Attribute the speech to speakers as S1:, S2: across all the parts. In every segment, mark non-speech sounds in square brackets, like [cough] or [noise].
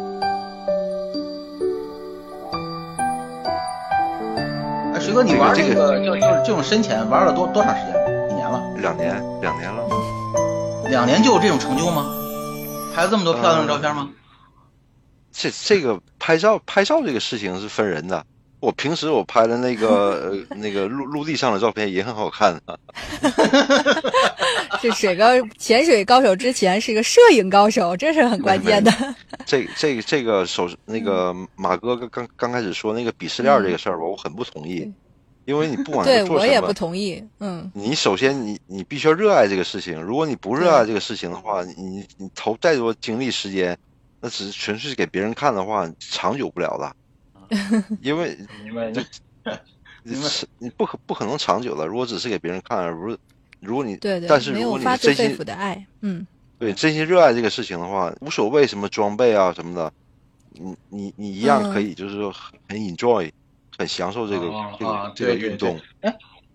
S1: 啊哥，你玩
S2: 这
S1: 这
S2: 个
S1: 个就就是这种深潜玩了多多长时间了？几年了？
S2: 两年两年了，
S1: 两年就有这种成就吗？拍了这么多漂亮的照片吗？
S2: 这这个拍照拍照这个事情是分人的。我平时我拍的那个呃那个陆陆地上的照片也很好看啊，
S3: 是水高潜水高手之前是个摄影高手，这是很关键的。
S2: 这这这个手那个马哥刚刚刚开始说那个鄙视链这个事儿吧，我很不同意，因为你不管
S3: 嗯对
S2: 是
S3: 我
S2: 做
S3: 也
S2: 什
S3: 不
S2: 么，
S3: 同意，嗯，
S2: 你首先你你必须要热爱这个事情，如果你不热爱这个事情的话，你你你投再多精力时间，那只是纯粹给别人看的话，长久不了
S3: [laughs]
S2: 的，因为
S1: 明白
S2: 这你
S1: 明白
S2: 是你不可不可能长久的，如果只是给别人看，而不是如果你
S3: 对对，
S2: 但是
S3: 没
S2: 如
S3: 有
S2: 果你
S3: 发
S2: 是
S3: 自
S2: 真
S3: 肺腑
S2: 心
S3: 的爱，嗯，
S2: 对真心热爱这个事情的话，无所谓什么装备啊什么的，你你你一样
S3: 嗯
S2: 可以就是说很很 enjoy，很享受这个
S1: 哦
S2: 这个
S1: 哦
S2: 这个
S1: 对对
S2: 运动。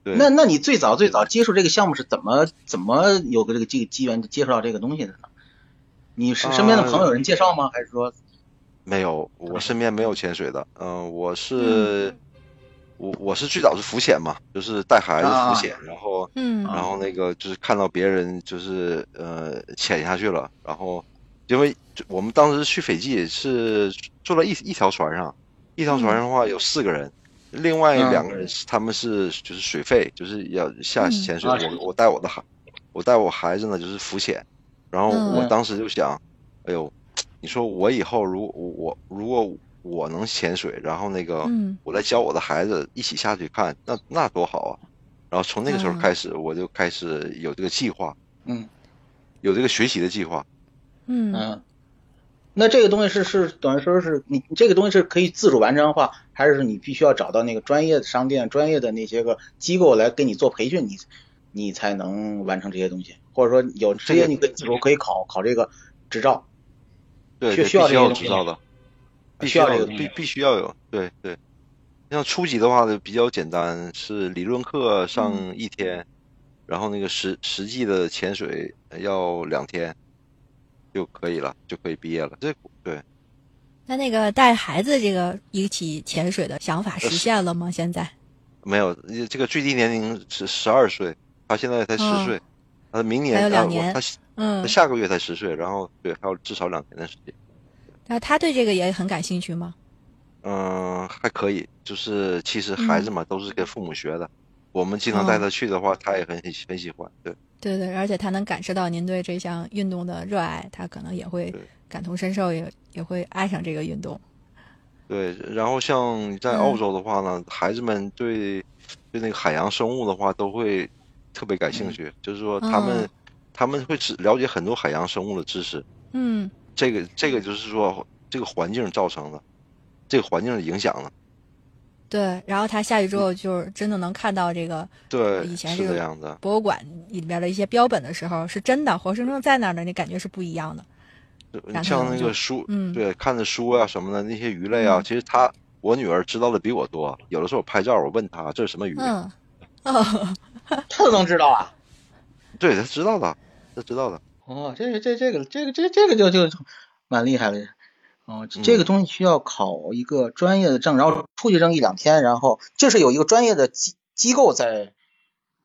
S2: 对
S1: 那那你最早最早接触这个项目是怎么怎么有个这个这个机缘接触到这个东西的呢？你是身边的朋友有人介绍吗？还是说
S2: 没有，我
S1: 嗯
S2: 身边没有潜水的。嗯、我是我我是最早是浮潜嘛，就是带孩子
S1: 啊
S2: 浮潜，然后
S3: 嗯
S2: 然后那个就是看到别人就是呃潜下去了，然后因为就我们当时去斐济是坐了一一条船上，一条船上的话有四个人，另外
S1: 嗯
S2: 两个人是他们是就是水费，就是要下
S3: 嗯
S2: 潜水。
S1: 啊
S2: 我我带我的孩，我带我孩子呢就是浮潜，然后
S3: 嗯
S2: 我当时就想，哎呦，你说我以后如我我如果我能潜水，然后那个
S3: 嗯
S2: 我来教我的孩子一起下去看，那那多好啊！然后从那个时候
S3: 嗯
S2: 开始，我就开始有这个计划，
S1: 嗯
S2: 有这个学习的计划。
S3: 嗯
S1: 嗯？那这个东西是是等于说是你这个东西是可以自主完成化，还是你必须要找到那个专业的商店、专业的那些个机构来给你做培训，你你才能完成这些东西，或者说有直接你可以自主可以考考这个执照。
S2: 对，
S1: 需
S2: 对
S1: 需要
S2: 必须
S1: 这个
S2: 要
S1: 东西
S2: 知道的，必
S1: 需
S2: 须
S1: 要
S2: 要
S1: 这
S2: 有
S1: 个东西
S2: 必必须要有，对对。像初级的话呢，比较简单，是理论课
S3: 嗯
S2: 上一天，然后那个实实际的潜水要两天就可以了，就可以毕业了。这对
S3: 那那个带孩子这个一起潜水的想法实现了吗？现在？
S2: 没有这个最低年龄是十二岁，他现在才十
S3: 哦
S2: 岁，他明
S3: 还有
S2: 年
S3: 两
S2: 啊，
S3: 年
S2: 我他
S3: 嗯
S2: 他，下个月才十岁，然后对还有至少两年的时间。
S3: 那他对这个也很感兴趣吗？
S2: 嗯，还可以，就是其实
S3: 嗯
S2: 孩子嘛，都是跟父母学的。我们经常带
S3: 哦
S2: 他去的话，他也很喜很喜欢。对，
S3: 对对，而且他能感受到您对这项运动的热爱，他可能也会
S2: 对
S3: 感同身受，也也会爱上这个运动。
S2: 对，然后像
S3: 嗯
S2: 在澳洲的话呢，孩子们对对那个海洋生物的话都会特别感
S3: 嗯
S2: 兴趣，就是说他们、
S3: 哦
S2: 他们会知了解很多海洋生物的知识，
S3: 嗯
S2: 这个这个就是说这个环境造成的，这个环境影响的，
S3: 对，然后他下去
S2: 嗯
S3: 之后，就是真的能看到这个
S2: 对，
S3: 以前
S2: 是
S3: 这
S2: 这
S3: 个
S2: 样的，
S3: 博物馆里边的一些标本的时候，是真的活生生在那儿的，那感觉是不一样的。
S2: 就
S3: 然
S2: 呃像
S3: 后
S2: 那
S3: 就
S2: 个书，
S3: 嗯
S2: 对，看的书啊什么的那些鱼类啊，
S3: 嗯
S2: 其实她我女儿知道的比我多。有的时候我拍照，我问她这是什么鱼，
S3: 嗯， [laughs] 哦，
S1: 他都能知道啊？
S2: 对她知道的，她知道的。
S1: 哦，这个这这个这个这这个就就就蛮厉害的。哦，这个东西需要考一个专业的证，然后出去证一两天，然后这是有一个专业的机机构在。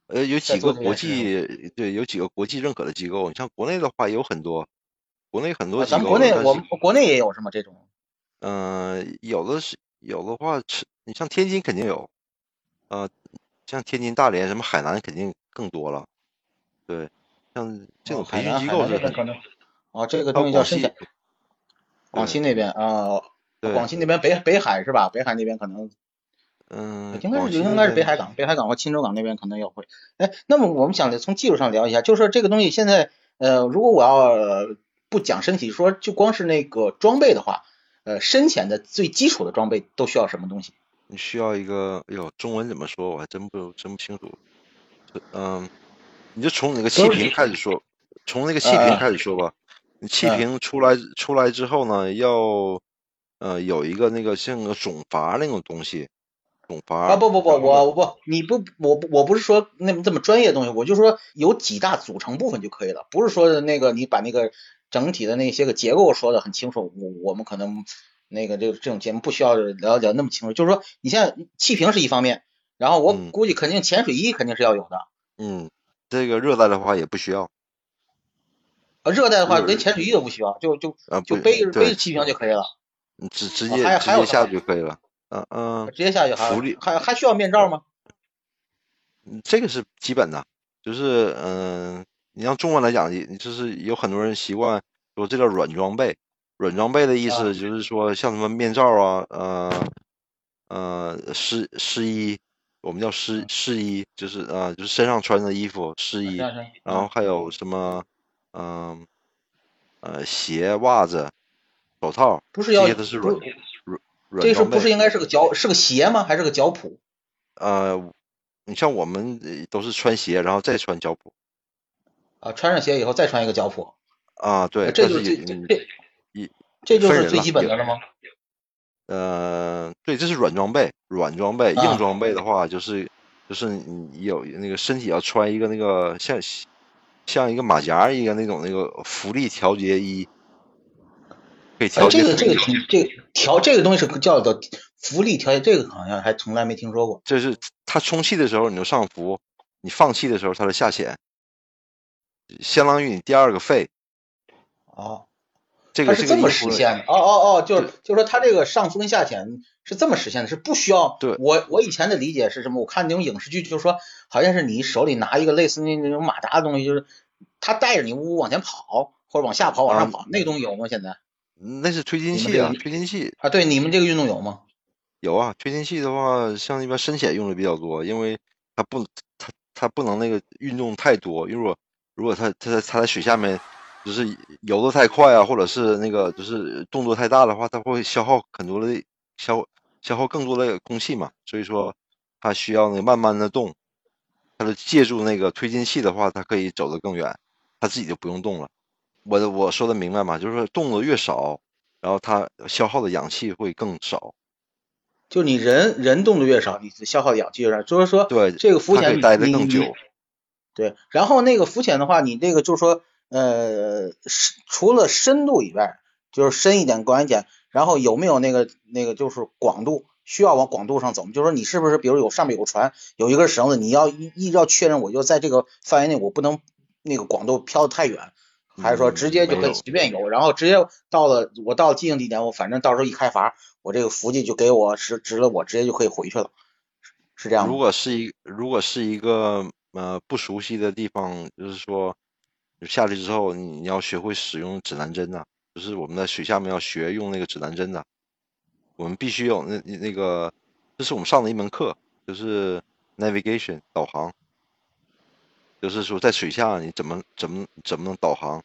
S2: 呃，有
S1: 在
S2: 几
S1: 做
S2: 个
S1: 这
S2: 国
S1: 件事
S2: 际，对，有几个国际认可的机构。你像国内的话，也有很多，国内很多
S1: 啊
S2: 机
S1: 咱们
S2: 构，
S1: 国内
S2: 但
S1: 我
S2: 是
S1: 们国内也有是吗？这种？
S2: 嗯、有的是有的话是，你像天津肯定有，呃，像天津、大连什么海南肯定更多了，对，像这
S1: 哦
S2: 种
S1: 海
S2: 培训
S1: 南
S2: 机
S1: 海
S2: 构
S1: 南
S2: 是
S1: 这边
S2: 很，
S1: 可能。哦，这个
S2: 还
S1: 东西
S2: 有
S1: 叫
S2: 广
S1: 深
S2: 西
S1: 潜，，广
S2: 对
S1: 西那边啊，
S2: 对
S1: 广西那边北北海是吧？北海那边可能
S2: 嗯，
S1: 应该
S2: 广
S1: 是
S2: 西
S1: 应该
S2: 那
S1: 是北
S2: 边
S1: 海港，北海港和钦州港那边可能也会。哎，那么我们想从技术上聊一下，就是说这个东西现在，呃，如果我要呃不讲身体，说就光是那个装备的话，呃，深潜的最基础的装备都需要什么东西？
S2: 你需要一个，哎呦，中文怎么说？我还真不真不清楚。这嗯，你就从你那个气
S1: 都是
S2: 瓶开始说，从那个气
S1: 啊
S2: 瓶
S1: 啊
S2: 开始说吧。你气
S1: 啊
S2: 瓶出来出来之后呢，要呃有一个那个像个总阀那种东西，总阀
S1: 啊，不不不，
S2: 然后
S1: 我不你不我不我不是说那么这么专业的东西，我就说有几大组成部分就可以了，不是说的那个你把那个整体的那些个结构说的很清楚，我我们可能那个这个这种节目不需要了解那么清楚，就是说你现在气瓶是一方面，然后我
S2: 嗯
S1: 估计肯定潜水衣肯定是要有的，
S2: 嗯，这个热带的话也不需要
S1: 啊，热带的话
S2: 嗯
S1: 连潜水衣都不需要，就就
S2: 啊，
S1: 就
S2: 不
S1: 背着背着
S2: 对，
S1: 气瓶就可以了，
S2: 你直直
S1: 啊
S2: 接
S1: 还有
S2: 直
S1: 还有
S2: 接下
S1: 啥
S2: 去就可以了。嗯嗯，
S1: 直接下去还
S2: 浮力
S1: 还还需要面罩吗？
S2: 嗯这个是基本的，就是嗯、你像中文来讲，也就是有很多人习惯说这叫软装备。软装备的意
S1: 啊
S2: 思就是说，像什么面罩啊，呃呃，湿湿衣，我们叫湿
S1: 嗯
S2: 湿衣，就是啊、呃就是身上穿的衣服湿衣，
S1: 这样
S2: 然后还有什么，嗯、呃，鞋、袜子、手套，
S1: 不是
S2: 这
S1: 要
S2: 些都是
S1: 不
S2: 软
S1: 是
S2: 软
S1: 这是
S2: 装
S1: 不是
S2: 备
S1: 应该是个脚是个鞋吗？还是个脚蹼？
S2: 呃，你像我们呃都是穿鞋，然后再穿脚蹼
S1: 啊，穿上鞋以后再穿一个脚蹼，
S2: 啊，对，
S1: 啊这
S2: 但
S1: 就是是
S2: 也
S1: 这
S2: 嗯
S1: 这这这
S2: 也
S1: 就
S2: 分
S1: 是
S2: 人
S1: 最
S2: 了
S1: 基本
S2: 也
S1: 的了吗？
S2: 呃，对，这是软装备，软装备，
S1: 啊
S2: 硬装备的话就是就是你有那个身体要穿一个那个像像一个马甲一样那种那个浮力调节衣，可
S1: 哎，
S2: 以调
S1: 这
S2: 节
S1: 个
S2: 浮
S1: 这个
S2: 力，
S1: 挺这个调这个东西是叫做浮力调节，这个好像还从来没听说过。
S2: 这是它充气的时候你就上浮，你放气的时候它是下潜，相当于你第二个肺，
S1: 哦，
S2: 这
S1: 它
S2: 个
S1: 是
S2: 个
S1: 这么
S2: 衣服
S1: 实
S2: 呢
S1: 现的。哦哦哦，就是就是说它这个上浮跟下潜是这么实现的，是不需要。
S2: 对
S1: 我我以前的理解是什么？我看那种影视剧，就是说好像是你手里拿一个类似那那种马达的东西，就是它带着你呜呜往前跑，或者往下跑、往上
S2: 啊
S1: 跑，那东西有吗？现在
S2: 那是推进
S1: 你们
S2: 器
S1: 这个
S2: 啊，
S1: 运
S2: 推进器
S1: 啊，对你们这个运动有吗？
S2: 有啊，推进器的话，像一般深潜用的比较多，因为它不它它不能那个运动太多，因为如果如果它它在它在水下面就是游得太快啊，或者是那个就是动作太大的话，它会消耗很多的消消耗更多的空气嘛，所以说它需要那慢慢的动，它就借助那个推进器的话，它可以走得更远，它自己就不用动了。我的我说的明白吗？就是说动作越少，然后它消耗的氧气会更少。
S1: 就你人人动的越少，你消耗的氧气越少。就是说，
S2: 对
S1: 这个浮
S2: 它可
S1: 潜
S2: 以
S1: 你
S2: 待得
S1: 你
S2: 更
S1: 你
S2: 久。
S1: 对，然后那个浮潜的话，你这个就是说，呃，是除了深度以外，就是深一点、广一点，然后有没有那个那个就是广度，需要往广度上走吗？就是说你是不是比如有上面有船，有一根绳子，你要一一要确认我就在这个范围内，我不能那个广度飘得太远，还是说
S2: 嗯
S1: 直接就
S2: 没
S1: 可以
S2: 有
S1: 随便游，然后直接到了我到既定地点，我反正到时候一开阀，我这个浮力就给我直直了，我直接就可以回去了，是是这样
S2: 如
S1: 吗？
S2: 果是一如果是一个呃不熟悉的地方，就是说你下去之后，你你要学会使用指南针呐、啊就是我们在水下面要学用那个指南针的、我们必须有那那个，这是我们上的一门课，就是 navigation 导航，就是说在水下你怎么怎么怎么能导航，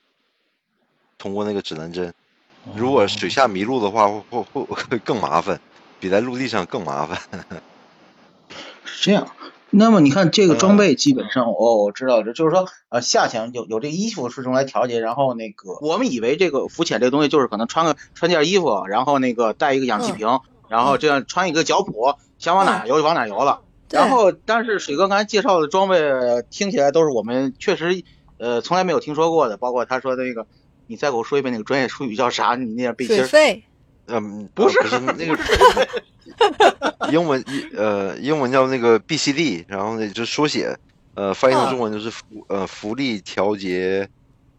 S2: 通过那个指南针。如果水下迷路的话，会会会更麻烦，比在陆地上更麻烦。
S1: 是这样。那么你看这个装
S2: 嗯
S1: 备基本上，哦，我知道，这就是说，呃，下潜有有这衣服是用来调节，然后那个我们以为这个浮潜这东西就是可能穿个穿件衣服，然后那个带一个氧气
S3: 嗯
S1: 瓶，然后这样穿一个脚蹼，想往哪
S3: 嗯
S1: 游就往哪游了。
S3: 对
S1: 然后，但是水哥刚才介绍的装备呃听起来都是我们确实呃从来没有听说过的，包括他说的那个，你再给我说一遍那个专业术语叫啥？你那样背心
S3: 水
S1: 儿
S3: 费
S2: 嗯，
S1: 不
S2: 呃
S1: 是
S2: 不是那个英文呃英文叫那个 BCD，然后呢就缩写，呃翻译成
S3: 嗯
S2: 中文就是浮呃浮力调节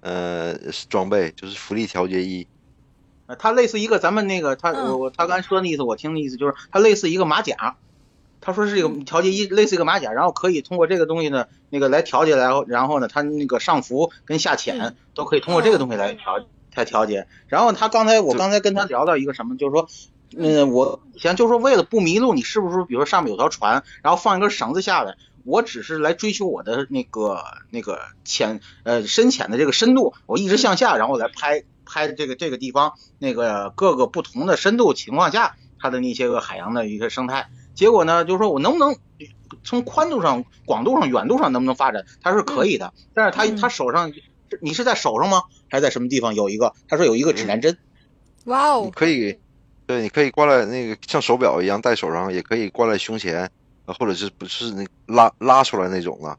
S2: 呃装备，就是浮力调节衣。
S1: 呃它类似一个咱们那个他
S3: 嗯
S1: 我我他刚才说的意思，我听的意思就是它类似一个马甲，他说是一个
S3: 嗯
S1: 调节一类似一个马甲，然后可以通过这个东西呢那个来调节，然后然后呢它那个上浮跟下潜
S3: 嗯
S1: 都可以通过这个东西来调来调节。然后他刚才我
S2: 就
S1: 刚才跟他聊到一个什么，就是说。
S3: 嗯
S1: 嗯，我以前就是说，为了不迷路，你是不是比如说上面有条船，然后放一根绳子下来？我只是来追求我的那个那个潜呃深潜的这个深度，我一直向下，然后来拍拍这个这个地方那个各个不同的深度情况下它的那些个海洋的一个生态。结果呢，就是说我能不能从宽度上、广度上、远度上能不能发展？他是可以的，但是他
S3: 嗯
S1: 他手上是你是在手上吗？还是在什么地方有一个？他说有一个指南针。
S3: 哇
S2: 你
S3: 哦，
S2: 可以，对，你可以挂在那个像手表一样戴手上，也可以挂在胸前，呃或者是不是那拉拉出来那种的，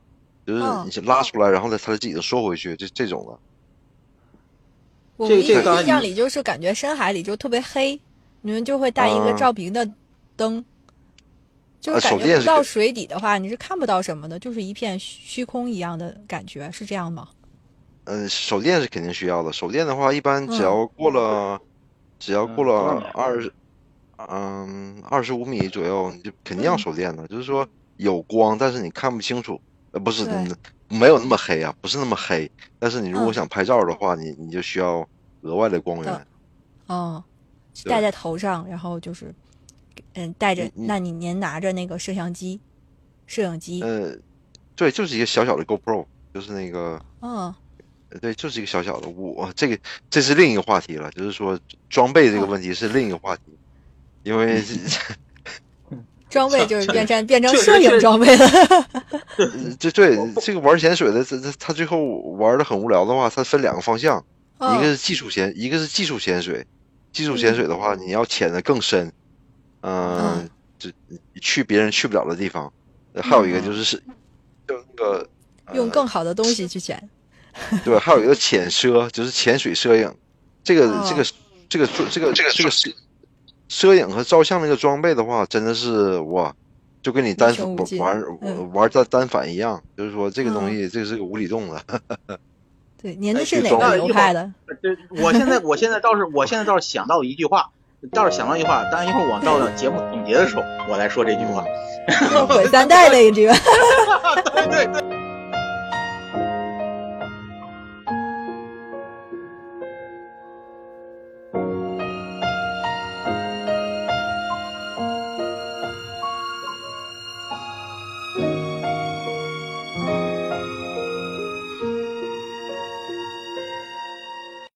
S2: 就是
S3: 嗯
S2: 你是拉出来，然后呢它自己就缩回去，这这种的。
S3: 我
S1: 这
S3: 们
S1: 这个
S3: 印象里就是感觉深海里就特别黑，你们就会带一个
S2: 嗯
S3: 照明的灯，就是
S2: 啊手
S3: 感
S2: 电是
S3: 觉不到水底的话，你是看不到什么的，就是一片虚虚空一样的感觉，是这样吗？
S2: 嗯，手电是肯定需要的。手电的话，一般只
S3: 嗯
S2: 要过了，只要
S1: 嗯
S2: 过
S1: 多少
S2: 了
S1: 秒
S2: 二十，嗯，二十五米左右，你就肯定要
S3: 嗯
S2: 手电的。就是说有光，但是你看不清楚，呃，不是，
S3: 对
S2: 嗯没有那么黑啊，不是那么黑。但是你如果
S3: 嗯
S2: 想拍照的话，你你就需要额外的光
S3: 的
S2: 源。
S3: 哦，
S2: 对
S3: 戴在头上，然后就是，嗯，带着
S2: 嗯，嗯
S3: 那你您拿着那个摄像机，摄影机，
S2: 呃，对，就是一个小小的 GoPro，就是那个，
S3: 嗯
S2: 呃对，就是一个小小的。我这个这是另一个话题了，就是说装备这个
S3: 嗯
S2: 问题是另一个话题，因
S3: [laughs]
S2: 为。
S3: 装备就是
S1: 这
S3: 变成变成
S1: 这
S3: 摄影
S1: 这
S3: 装备了，
S2: 呃这对这个玩潜水的，这这他最后玩的很无聊的话，他分两个方向，一个
S3: 嗯
S2: 是技术潜，一个是技术潜水。技术潜
S3: 嗯
S2: 水的话，你要潜的更深，嗯
S3: 嗯，
S2: 这去别人去不了的地方。呃还有一个
S1: 嗯
S2: 就是是，就那个
S3: 用更好的东西去选，
S2: 对，还有一个
S3: [laughs]
S2: 潜摄，就是潜水摄影。这个这个
S3: 哦
S2: 这个这个这个这个摄摄影和照相那个装备的话，真的是哇，就跟你单
S3: 无穷无尽
S2: 玩
S3: 嗯
S2: 玩单单反一样，就是说这个东
S3: 嗯
S2: 西这个是个无底洞啊的。
S3: 对，您
S1: 哎
S3: 的是
S2: 这
S3: 哪
S2: 装
S3: 个
S2: 备
S3: 流
S1: 一会
S3: 派
S1: 儿
S3: 的？
S1: 这呃我现在我现在倒是我现在倒是想到了一句话，倒是想到一句话，但是一会儿我到了节目
S3: [laughs]
S1: 总结的时候，我来说这句话。
S3: 毁三代的一句。
S1: 对对对，